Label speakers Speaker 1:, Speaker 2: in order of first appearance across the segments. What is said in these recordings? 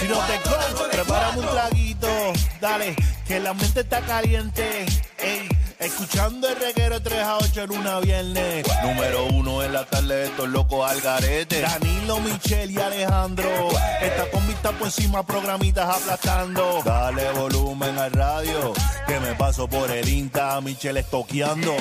Speaker 1: Si no te con, prepárame un traguito. Dale, que la mente está caliente. Ey, escuchando el reguero 3 a 8 en una viernes.
Speaker 2: Número uno en la tarde de estos locos al garete.
Speaker 1: Danilo, Michelle y Alejandro. Esta combi está por encima, programitas aplastando.
Speaker 2: Dale volumen al radio, que me paso por el Insta, a Michelle estoqueando.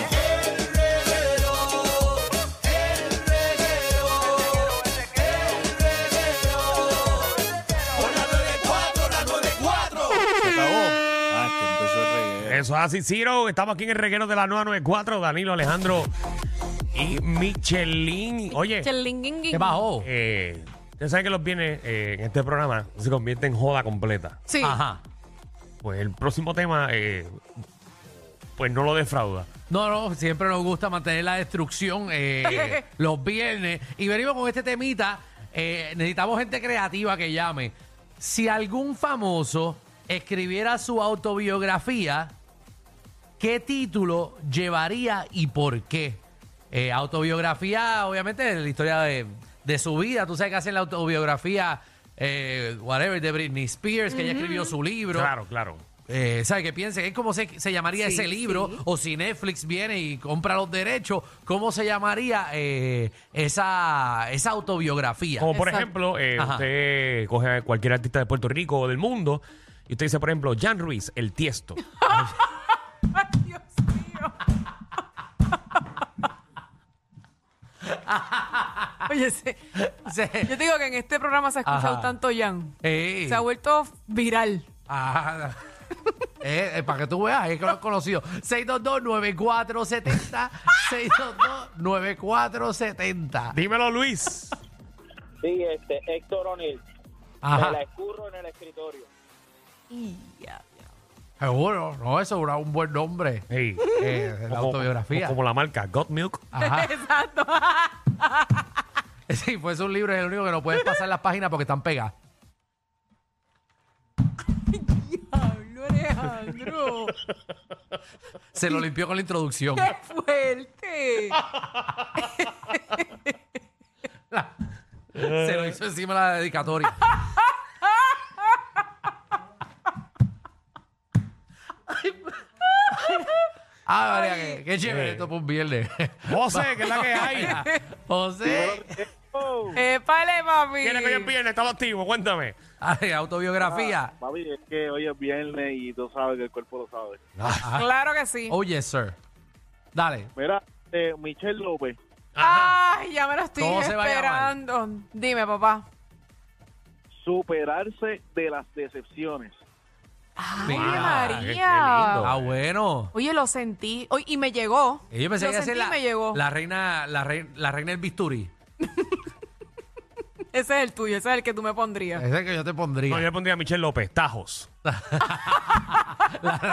Speaker 2: Se acabó. Ah, que empezó el reguero.
Speaker 3: Eso es así, Ciro. Estamos aquí en el reguero de la 994. Danilo, Alejandro y Michelin. Oye,
Speaker 4: ¿Qué
Speaker 5: ¿Qué bajó?
Speaker 3: eh, ustedes saben que los viernes eh, en este programa se convierte en joda completa.
Speaker 4: Sí.
Speaker 5: Ajá.
Speaker 3: Pues el próximo tema, eh, pues no lo defrauda.
Speaker 5: No, no, siempre nos gusta mantener la destrucción eh, los viernes. Y venimos con este temita. eh, necesitamos gente creativa que llame. Si algún famoso escribiera su autobiografía, ¿qué título llevaría y por qué? Eh, autobiografía, obviamente, de la historia de, de su vida. Tú sabes que hacen la autobiografía, eh, whatever, de Britney Spears, que ella escribió su libro.
Speaker 3: Claro, claro.
Speaker 5: Eh, ¿Sabes qué piensen? Es como se, se llamaría
Speaker 4: Sí,
Speaker 5: ese libro,
Speaker 4: sí.
Speaker 5: o si Netflix viene y compra los derechos, ¿cómo se llamaría eh, esa, esa autobiografía?
Speaker 3: Como por
Speaker 4: Exacto.
Speaker 3: ejemplo, eh,
Speaker 5: Ajá.
Speaker 3: usted coge a cualquier artista de Puerto Rico o del mundo y usted dice, por ejemplo, Jan Ruiz, el tiesto.
Speaker 4: Dios mío. Oye, se-
Speaker 5: Se-
Speaker 4: yo te digo que en este programa se ha escuchado
Speaker 5: Ajá.
Speaker 4: tanto Jan.
Speaker 5: Ey.
Speaker 4: Se ha vuelto viral.
Speaker 5: Ah, eh, eh, para que tú veas, es que lo has conocido. 622-9470. 622-9470.
Speaker 3: Dímelo, Luis.
Speaker 6: Sí, este, Héctor O'Neill. Me la
Speaker 5: Ajá.
Speaker 6: escurro en el escritorio.
Speaker 4: Y ya, ya.
Speaker 5: Seguro, no, eso era un buen nombre.
Speaker 3: Hey.
Speaker 5: Eh, la autobiografía.
Speaker 3: Como la marca Got Milk.
Speaker 5: Ajá.
Speaker 4: Exacto.
Speaker 5: Sí, pues es un libro, es el único que no puedes pasar las páginas porque están pegadas.
Speaker 4: Diablo, Alejandro.
Speaker 5: Se lo limpió con la introducción.
Speaker 4: Qué fuerte.
Speaker 3: Eh.
Speaker 5: Se lo hizo encima la dedicatoria. Ah, María, qué, qué chévere esto por un viernes.
Speaker 3: Eh. José, que es la que hay.
Speaker 5: José,
Speaker 6: Oh,
Speaker 4: Épale, mami.
Speaker 3: Viene que yo viene, estaba activo, cuéntame.
Speaker 5: ay, autobiografía.
Speaker 6: Mami, es que hoy es viernes y tú sabes que el cuerpo lo sabe.
Speaker 3: Ah.
Speaker 4: Claro que sí.
Speaker 5: Oh, yes, sir. Dale.
Speaker 6: Mira, eh, Michelle López,
Speaker 4: Ay, ya me lo estoy
Speaker 5: ¿Cómo se va a llamar?
Speaker 4: esperando. Dime, papá.
Speaker 6: superarse de las decepciones.
Speaker 4: Ay,
Speaker 5: Mira,
Speaker 3: qué-
Speaker 4: María.
Speaker 3: qué lindo.
Speaker 5: Ah, bueno.
Speaker 4: Oye, lo sentí. Oye, y me llegó.
Speaker 5: Y Eh, Yo pensé
Speaker 4: lo
Speaker 5: que iba a ser
Speaker 4: sentí
Speaker 5: la,
Speaker 4: y me llegó.
Speaker 5: la reina, la reina, la reina del bisturi.
Speaker 4: Ese es el tuyo, ese es el que tú me pondrías.
Speaker 5: Ese que yo te pondría.
Speaker 3: No, yo le pondría a Michelle López, Tajos.
Speaker 5: La,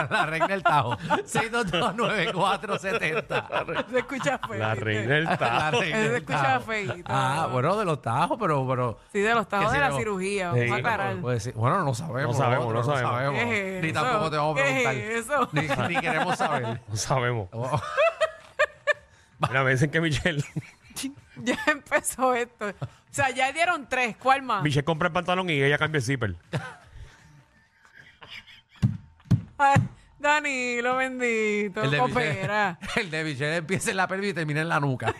Speaker 5: la reina del tajo. 6229470.
Speaker 4: Se escucha feo.
Speaker 3: La
Speaker 4: Pues, ¿viste?
Speaker 3: reina del
Speaker 5: La
Speaker 3: Tajo.
Speaker 5: reina
Speaker 4: Eso
Speaker 5: del
Speaker 4: escucha
Speaker 5: tajo.
Speaker 4: feíto.
Speaker 5: Ah, bueno, de los tajos, pero... pero
Speaker 4: Sí, de los
Speaker 5: que
Speaker 4: tajos
Speaker 5: si
Speaker 4: de la
Speaker 5: no-
Speaker 4: cirugía.
Speaker 3: Sí.
Speaker 4: Vamos a aclarar.
Speaker 5: Pues sí. Bueno, no sabemos.
Speaker 3: No sabemos,
Speaker 5: nosotros
Speaker 3: no sabemos.
Speaker 4: ¿Qué es
Speaker 5: Ni
Speaker 4: eso?
Speaker 5: tampoco te vamos a
Speaker 4: ¿Qué
Speaker 5: preguntar.
Speaker 4: es eso?
Speaker 5: Ni, ni queremos saber.
Speaker 3: No sabemos.
Speaker 5: Oh,
Speaker 3: Mira, me dicen que Michelle,
Speaker 4: Ya empezó esto. O sea, ya dieron tres. ¿Cuál más?
Speaker 3: Michelle compra el pantalón y ella cambia el zipper.
Speaker 4: Ay, Dani, lo bendito.
Speaker 5: el, de Michelle,
Speaker 4: coopera.
Speaker 5: el de Michelle empieza en la pelvis y termina en la nuca.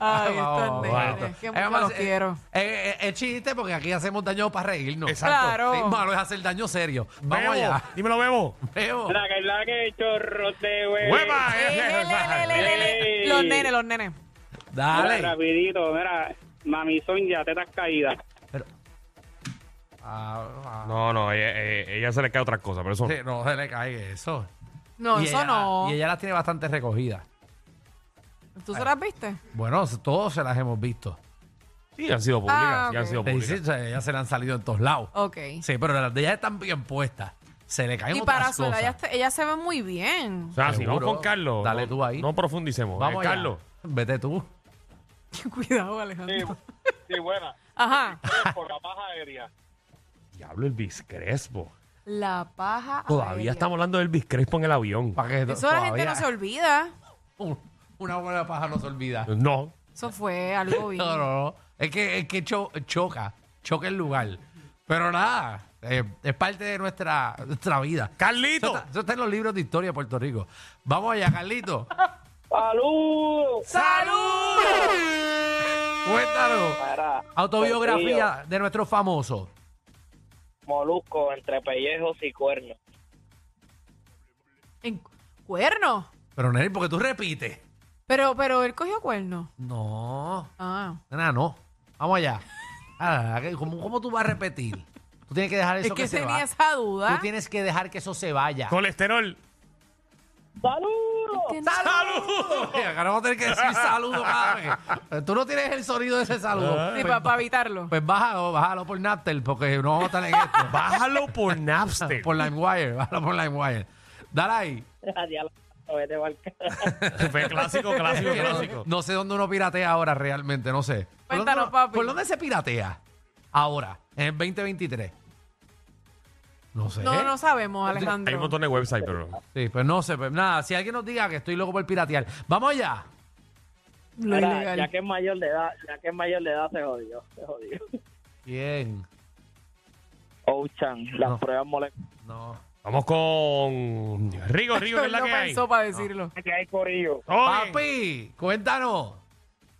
Speaker 4: Ay, estos
Speaker 5: Vamos, vamos.
Speaker 4: nenes. Que mucho
Speaker 5: Además,
Speaker 4: los
Speaker 5: eh,
Speaker 4: quiero.
Speaker 5: eh, eh, es chiste porque aquí hacemos daño para reírnos.
Speaker 3: Exacto.
Speaker 4: Claro.
Speaker 5: Sí, malo es hacer daño serio. Vamos
Speaker 3: Bebo,
Speaker 5: allá.
Speaker 3: dímelo, Bebo.
Speaker 5: Veo.
Speaker 6: que Oh. la que chorrote, güey.
Speaker 3: ¡Hueva!
Speaker 4: Eh, le, le, le, le, le. Los
Speaker 5: eh.
Speaker 4: nenes, los nenes.
Speaker 5: Dale.
Speaker 6: rapidito, mira, mami Sonia, tetas caídas.
Speaker 5: Pero- Ah, ah,
Speaker 3: No, no, ella, eh, ella se le cae otra cosa, pero eso...
Speaker 5: sí, no se le caiga eso.
Speaker 4: No,
Speaker 5: Y
Speaker 4: eso
Speaker 5: ella-
Speaker 4: no.
Speaker 5: Y ella las tiene bastante recogidas.
Speaker 4: ¿Tú se las viste?
Speaker 5: Bueno, todos se las hemos visto.
Speaker 3: Sí, han sido públicas.
Speaker 4: Ah,
Speaker 3: sí, han
Speaker 4: ok.
Speaker 3: sido
Speaker 5: Te
Speaker 3: públicas.
Speaker 5: dicen, o sea, ellas se le han salido en todos lados.
Speaker 4: Ok.
Speaker 5: Sí, pero las de ellas están bien puestas. Se le caen
Speaker 4: Y
Speaker 5: otras
Speaker 4: para su edad,
Speaker 5: cosas.
Speaker 4: ella, está- ella se ve muy bien.
Speaker 3: O sea, sí, vamos
Speaker 5: Seguro.
Speaker 3: con Carlos.
Speaker 5: Dale
Speaker 3: no,
Speaker 5: tú ahí.
Speaker 3: No profundicemos.
Speaker 5: Vamos
Speaker 3: Eh,
Speaker 5: allá.
Speaker 3: Carlos.
Speaker 5: Vete tú.
Speaker 4: Cuidado,
Speaker 6: Sí,
Speaker 4: Alejandro.
Speaker 6: sí, buena.
Speaker 4: Ajá.
Speaker 6: Por la paja aérea.
Speaker 3: Diablo, el Biscrespo.
Speaker 4: La paja.
Speaker 3: Todavía
Speaker 4: aérea.
Speaker 3: estamos hablando del Biscrespo en el avión.
Speaker 5: Para que
Speaker 4: Eso la gente no se olvida.
Speaker 5: olvida. Una buena paja no se olvida.
Speaker 3: No.
Speaker 4: Eso fue algo bien.
Speaker 5: No, no, no. Es que, es que cho- choca. Choca el lugar. Pero nada, eh, es parte de nuestra, nuestra vida.
Speaker 3: ¡Carlito!
Speaker 5: Eso está, eso está en los libros de historia de Puerto Rico. Vamos allá, Carlito.
Speaker 6: ¡Saludos!
Speaker 5: ¡Salud! Cuéntanos.
Speaker 6: Para
Speaker 5: Autobiografía de nuestro famoso.
Speaker 6: Molusco entre pellejos y cuernos.
Speaker 4: En cu- cuerno.
Speaker 5: Pero, Neri, porque tú repites.
Speaker 4: Pero, pero él cogió cuerno.
Speaker 5: No.
Speaker 4: Ah.
Speaker 5: Nena, no. Vamos allá. Ah, que- ¿cómo, cómo tú vas a repetir? Tú tienes que dejar eso
Speaker 4: es que,
Speaker 5: que se
Speaker 4: tenía
Speaker 5: va.
Speaker 4: esa duda.
Speaker 5: Tú tienes que dejar que eso se vaya.
Speaker 3: Colesterol.
Speaker 6: ¡Saludos!
Speaker 4: Tiene-
Speaker 5: Acá no vamos a tener que decir saludo cada vez. Tú no tienes el sonido de ese saludo.
Speaker 4: Sí,
Speaker 5: Pues,
Speaker 4: para, evitarlo.
Speaker 5: pues bájalo, bájalo por Naptel porque no vamos a estar en esto.
Speaker 3: Bájalo por Napster.
Speaker 5: por LimeWire, bájalo por LimeWire. Dale ahí.
Speaker 3: Fue clásico, clásico, clásico.
Speaker 5: No sé dónde uno piratea ahora realmente, no sé. ¿Por dónde
Speaker 4: Cuéntanos,
Speaker 5: uno-
Speaker 4: papi.
Speaker 5: ¿Por dónde se piratea ahora, en el 2023? No sé.
Speaker 4: No, no sabemos,
Speaker 3: Hay
Speaker 4: Alejandro.
Speaker 3: un montón de websites, pero.
Speaker 5: Sí, pues no sé, pues nada, si alguien nos diga que estoy loco por piratear, vamos allá.
Speaker 4: Lo
Speaker 6: Mira,
Speaker 4: ilegal.
Speaker 6: ya que es mayor de edad, ya que es mayor de edad se jodió, se jodió.
Speaker 5: Bien.
Speaker 6: Ochan, las
Speaker 5: No.
Speaker 6: pruebas moleculares.
Speaker 5: No.
Speaker 3: Vamos con. Rigo, Rigo, ¿qué es la
Speaker 4: no
Speaker 3: que hay?
Speaker 4: pensó para decirlo.
Speaker 6: ¿Qué hay, Corillo?
Speaker 3: Oye,
Speaker 5: Papi, cuéntanos.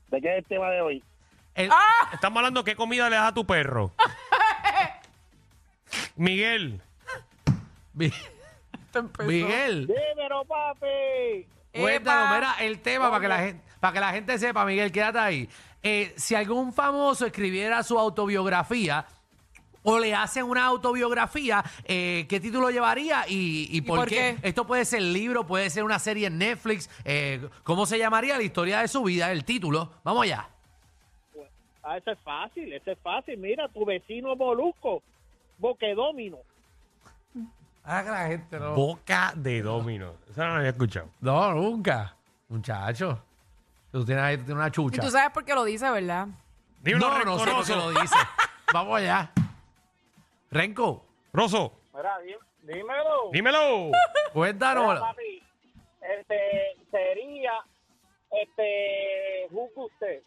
Speaker 6: ¿De qué es el tema de hoy?
Speaker 5: El-
Speaker 4: Ah.
Speaker 3: Estamos hablando qué comida le das a tu perro. Miguel.
Speaker 5: Mi-
Speaker 4: Esto empezó.
Speaker 5: Miguel,
Speaker 6: ¡Dímelo, papi!
Speaker 5: cuéntanos,
Speaker 4: Epa.
Speaker 5: mira, el tema para que la gente, para que la gente sepa, Miguel, quédate ahí. Eh, si algún famoso escribiera su autobiografía o le hacen una autobiografía, eh, ¿qué título llevaría y, y por,
Speaker 4: por
Speaker 5: qué?
Speaker 4: qué?
Speaker 5: Esto puede ser libro, puede ser una serie en Netflix. eh, ¿Cómo se llamaría la historia de su vida, el título? Vamos allá.
Speaker 6: Ah, eso es fácil, eso es fácil. Mira, tu vecino Molusco, boquedómino.
Speaker 5: Ah, que la gente no.
Speaker 3: Boca de domino. Eso no lo había escuchado.
Speaker 5: No, nunca. Muchacho. Tú tienes ahí tú tienes una
Speaker 4: Y
Speaker 5: chucha.
Speaker 4: tú sabes por qué lo dice, ¿verdad?
Speaker 3: Dime
Speaker 5: no, no sé por qué
Speaker 3: rencoroso.
Speaker 5: lo dice. Vamos allá. Renko,
Speaker 3: Rosso,
Speaker 6: Mira, dímelo.
Speaker 3: dímelo.
Speaker 5: cuéntanos.
Speaker 6: papi, este, sería, este, juzgue usted.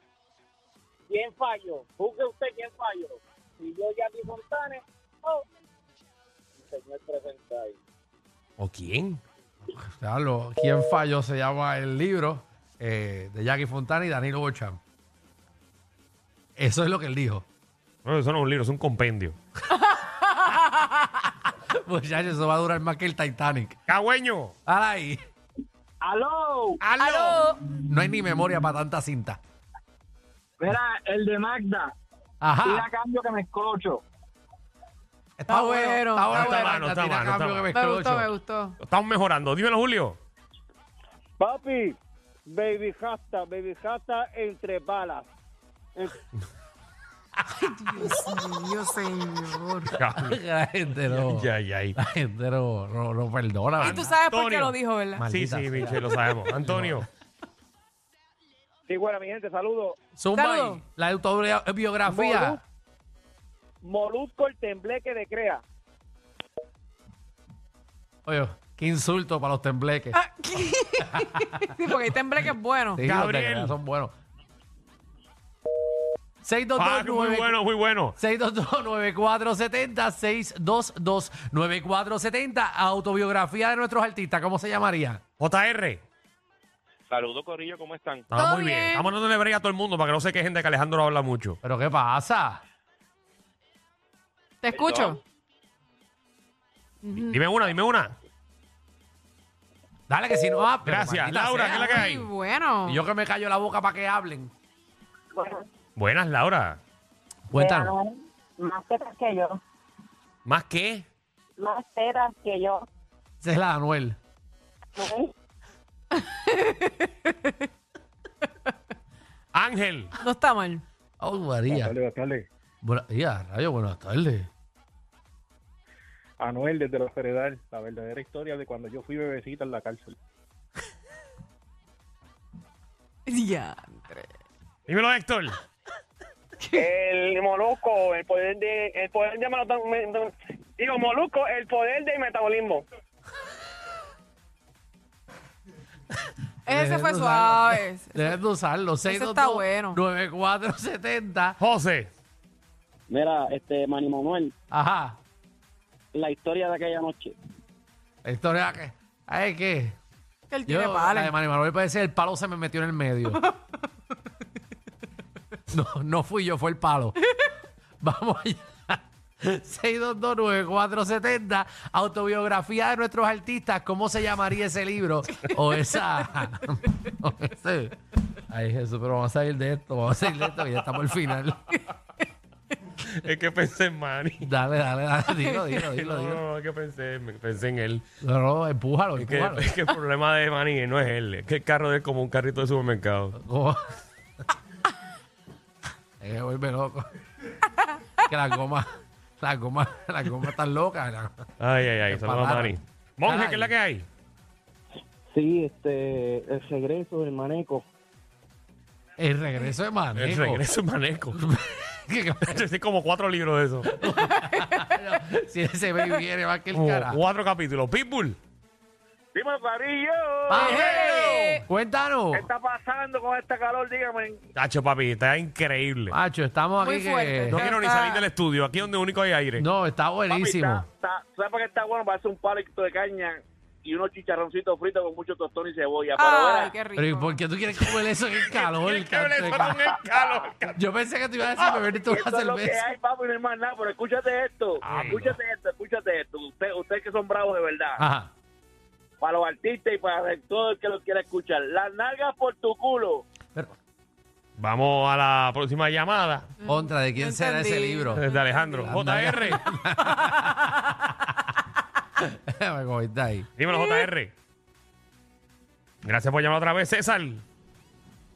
Speaker 6: ¿Quién falló? Juzgue usted quién falló. Si yo, Jackie Fontanes, oh. Señor presenta ahí.
Speaker 3: ¿O quién?
Speaker 5: Diablo, ¿Quién falló? Se llama el libro eh, de Jackie Fontana y Danilo Bocham. Eso es lo que él dijo.
Speaker 3: No, eso no es un libro, es un compendio.
Speaker 5: Muchachos, Pues, eso va a durar más que el Titanic.
Speaker 3: Cagüeño.
Speaker 5: Dale ahí.
Speaker 6: ¡Aló!
Speaker 3: ¡Aló!
Speaker 5: No hay ni memoria para tanta cinta.
Speaker 6: Mira, el de Magda.
Speaker 5: Ajá.
Speaker 6: cambio que me escocho.
Speaker 4: Está bueno.
Speaker 5: Está bueno.
Speaker 3: No está malo,
Speaker 5: Ya
Speaker 3: está
Speaker 5: tira
Speaker 3: malo, está
Speaker 5: cambio que
Speaker 3: malo.
Speaker 5: me
Speaker 4: Me gustó,
Speaker 5: escrocho.
Speaker 4: me gustó.
Speaker 3: Estamos mejorando. Dímelo, Julio.
Speaker 6: Papi, baby hasta, baby hasta entre balas.
Speaker 4: Dios mío, señor.
Speaker 5: La gente no.
Speaker 3: Ya, ya, ya.
Speaker 5: La gente no, no, no perdona.
Speaker 4: Y tú sabes por qué
Speaker 3: Antonio.
Speaker 4: lo dijo, ¿verdad?
Speaker 5: Mal-
Speaker 3: Sí,
Speaker 5: Maldita
Speaker 3: sí,
Speaker 5: sea.
Speaker 3: Michelle, lo sabemos. Antonio.
Speaker 6: Sí, bueno, mi gente, saludos.
Speaker 5: Zumba
Speaker 4: Saludo.
Speaker 5: ahí, la autobiografía.
Speaker 6: Molusco. Molusco el tembleque de crea.
Speaker 5: Oye, qué insulto para los tembleques.
Speaker 4: Ah, sí, porque hay tembleque es bueno.
Speaker 5: Sí, los
Speaker 3: Gabriel.
Speaker 5: tembleques son buenos.
Speaker 3: Ah, muy bueno, muy bueno.
Speaker 5: 622-9470, 622-9470, autobiografía de nuestros artistas, ¿cómo se llamaría?
Speaker 3: JR.
Speaker 7: Saludos, Corillo, ¿cómo están?
Speaker 3: Ah,
Speaker 4: Todo
Speaker 3: muy bien.
Speaker 4: bien.
Speaker 3: Estamos dándole break a todo el mundo para que no se quejen de que Alejandro habla mucho.
Speaker 5: ¿Pero qué pasa?
Speaker 4: ¿Te escucho?
Speaker 3: Dime una, dime una.
Speaker 5: Dale que si no... ah, pero
Speaker 3: Gracias.
Speaker 5: maldita
Speaker 3: Laura,
Speaker 5: sea.
Speaker 3: ¿qué es la que
Speaker 4: Muy
Speaker 3: hay?
Speaker 4: bueno.
Speaker 5: Y Yo que me callo la boca para que hablen.
Speaker 3: Buenas, Laura.
Speaker 5: Cuéntanos.
Speaker 8: más tetas que yo,
Speaker 3: ¿Más qué?
Speaker 8: más tetas que yo.
Speaker 5: Esa es la de Anuel.
Speaker 3: Ángel.
Speaker 4: No está mal.
Speaker 5: Oh, María.
Speaker 6: Buenas tardes.
Speaker 5: Buena- ya, rayo, buenas tardes.
Speaker 6: Anuel desde la Feredal, la verdadera historia de cuando yo fui bebecita en la cárcel.
Speaker 4: Diantre.
Speaker 3: Dímelo, Héctor.
Speaker 6: El Molusco, el poder de. El poder de. meta- me- me- Digo, Molusco, el poder del metabolismo.
Speaker 4: Ese
Speaker 5: Dejen
Speaker 4: fue
Speaker 5: de usarlo.
Speaker 4: suave.
Speaker 5: Dejen de usarlo. 622
Speaker 4: está bueno.
Speaker 5: 9470.
Speaker 3: José.
Speaker 6: Mira, este, Manny Manuel,
Speaker 5: Ajá.
Speaker 6: la historia de aquella noche.
Speaker 5: La historia que. Ay, ¿qué?
Speaker 4: Que él
Speaker 5: Yo,
Speaker 4: tiene
Speaker 5: la de
Speaker 4: pala.
Speaker 5: Manny Manuel puede ser el palo se me metió en el medio. no, no fui yo, fue el palo. Vamos allá. 6229470, autobiografía de nuestros artistas, ¿cómo se llamaría ese libro? O esa... o ese- Ay Jesús, pero vamos a salir de esto, vamos a salir de esto, que ya estamos al final.
Speaker 3: Es que pensé en Manny.
Speaker 5: Dale, dale, dale, dilo, dilo, dilo.
Speaker 3: No,
Speaker 5: dilo.
Speaker 3: no, es que pensé, me- pensé en él.
Speaker 5: No, no, empújalo,
Speaker 3: Es que,
Speaker 5: empújalo.
Speaker 3: es que el problema de Manny no es él. Es que el carro de él es como un carrito de supermercado.
Speaker 5: Go- Eh, me vuelve loco. que las gomas, las gomas, las gomas están locas. la-
Speaker 3: Ay, ay, ay. Saludos a
Speaker 5: Empanada.
Speaker 3: Manny. Monje, ¿qué es la
Speaker 5: Caray.
Speaker 3: que hay?
Speaker 6: Sí, este, el regreso del maneco.
Speaker 5: El regreso de Maneco.
Speaker 3: El regreso es Maneco.
Speaker 5: Que-
Speaker 3: Yo hice como cuatro libros de eso.
Speaker 5: si ese baby viene más que el
Speaker 3: Como
Speaker 5: carajo.
Speaker 3: cuatro capítulos. Pitbull.
Speaker 6: Dime, Parillo.
Speaker 5: Ah. ¡Pajero! Cuéntanos.
Speaker 6: pasando con este calor? Dígame.
Speaker 3: Tacho, papi, está increíble.
Speaker 5: Macho, estamos
Speaker 4: Muy
Speaker 5: aquí que...
Speaker 4: fuerte.
Speaker 3: No quiero ni
Speaker 4: está-
Speaker 3: salir del estudio. Aquí donde único hay aire.
Speaker 5: No, está buenísimo.
Speaker 6: Está, está, ¿Sabes por qué está bueno? Parece un palito de caña y unos chicharroncitos fritos con mucho tostón y cebolla.
Speaker 4: Ay, qué
Speaker 5: Pero ¿y
Speaker 4: rico.
Speaker 5: por qué tú quieres comer eso en el calor?
Speaker 3: Tienes que ver eso
Speaker 5: canto de
Speaker 3: con el calor.
Speaker 5: ca- Yo pensé que te ibas a decir beber tú una
Speaker 6: Esto es lo que
Speaker 5: cerveza.
Speaker 6: hay, papi, no hay más nada, pero escúchate esto,
Speaker 3: Ay,
Speaker 6: escúchate esto, escúchate esto. Ustedes usted que son bravos de verdad,
Speaker 5: Ajá.
Speaker 6: para los artistas y para todo el que lo quiera escuchar. Las nalgas por tu culo.
Speaker 5: Pero,
Speaker 3: Vamos a la próxima llamada.
Speaker 5: contra, ¿de quién
Speaker 4: No
Speaker 5: será ese
Speaker 4: entendí.
Speaker 5: libro?
Speaker 3: De Alejandro. JR.
Speaker 5: Me cogiste ahí.
Speaker 3: Dímelo, JR. Gracias por llamar otra vez, César.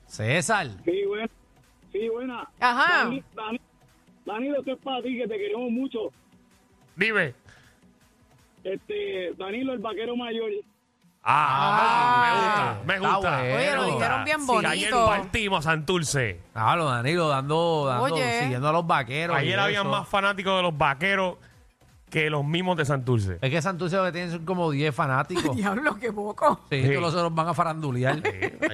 Speaker 5: César.
Speaker 6: Sí, buena. Sí, buena.
Speaker 4: Ajá. Dani-
Speaker 6: Danilo, esto es para ti, que te queremos mucho.
Speaker 3: Dime.
Speaker 6: Este, Danilo, el vaquero mayor.
Speaker 3: Ah,
Speaker 5: Ah,
Speaker 3: me gusta, me
Speaker 5: está
Speaker 3: gusta.
Speaker 5: bueno.
Speaker 4: Oye, lo
Speaker 5: Pero-
Speaker 4: dijeron bien
Speaker 3: Sí, Ayer
Speaker 4: bonito.
Speaker 3: partimos a Santurce.
Speaker 5: Claro, Danilo, dando, dando
Speaker 4: Oye.
Speaker 5: siguiendo a los vaqueros. y
Speaker 3: Ayer
Speaker 5: eso.
Speaker 3: había más fanáticos de los vaqueros que los mismos de Santurce.
Speaker 5: Es que Santurce lo que tienen son como 10 fanáticos. sí,
Speaker 4: Diablo, qué poco.
Speaker 5: todos los otros van a farandulear.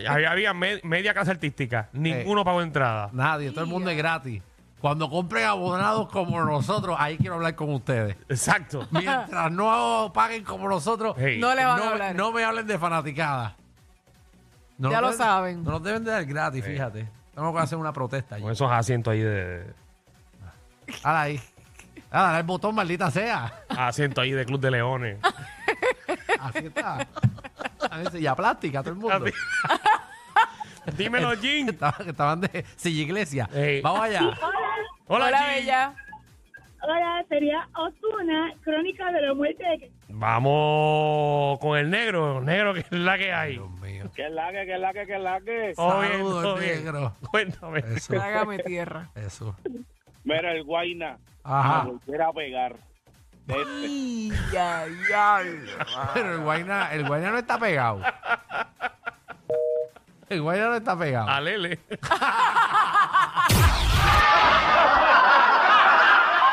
Speaker 3: Había, había me- media clase
Speaker 5: Eh.
Speaker 3: artística. Ninguno pagó entrada.
Speaker 5: Nadie, todo el mundo es gratis. Cuando compren abonados como nosotros, ahí quiero hablar con ustedes.
Speaker 3: Exacto.
Speaker 5: Mientras no paguen como nosotros,
Speaker 3: Hey.
Speaker 4: Ah. No le van a
Speaker 5: no,
Speaker 4: hablar.
Speaker 5: no me hablen de fanaticada. No
Speaker 4: Ya
Speaker 5: nos deben-
Speaker 4: lo saben.
Speaker 5: No nos deben de dar gratis, fíjate. Tenemos que hacer una protesta allí.
Speaker 3: Con esos asientos ahí de.
Speaker 5: Dale ahí. Dale, dale el botón, maldita sea.
Speaker 3: Asientos ahí de Club de Leones.
Speaker 5: Así está. A veces ya plástica, todo el mundo.
Speaker 3: Dímelo, Jim.
Speaker 5: Estaban, estaban de Silla Iglesia.
Speaker 3: Ey.
Speaker 5: Vamos allá.
Speaker 3: Hola,
Speaker 4: Hola,
Speaker 3: Jin.
Speaker 4: bella.
Speaker 8: Hola, sería Osuna, crónica de la muerte de...
Speaker 3: Vamos con el negro, negro que es la que hay.
Speaker 5: Dios mío.
Speaker 6: Que laque, que laque, que laque.
Speaker 3: Todo bien,
Speaker 5: Saludos,
Speaker 3: todo bien.
Speaker 5: negro.
Speaker 3: Cuéntame.
Speaker 5: Eso,
Speaker 4: Trágame tierra.
Speaker 5: eso.
Speaker 6: Mira, el guaina.
Speaker 5: Ajá.
Speaker 6: volver a pegar. Este.
Speaker 4: Y ya, diablo.
Speaker 5: Pero el guayna, el guayna no está pegado. El guayna no está pegado.
Speaker 3: Alele.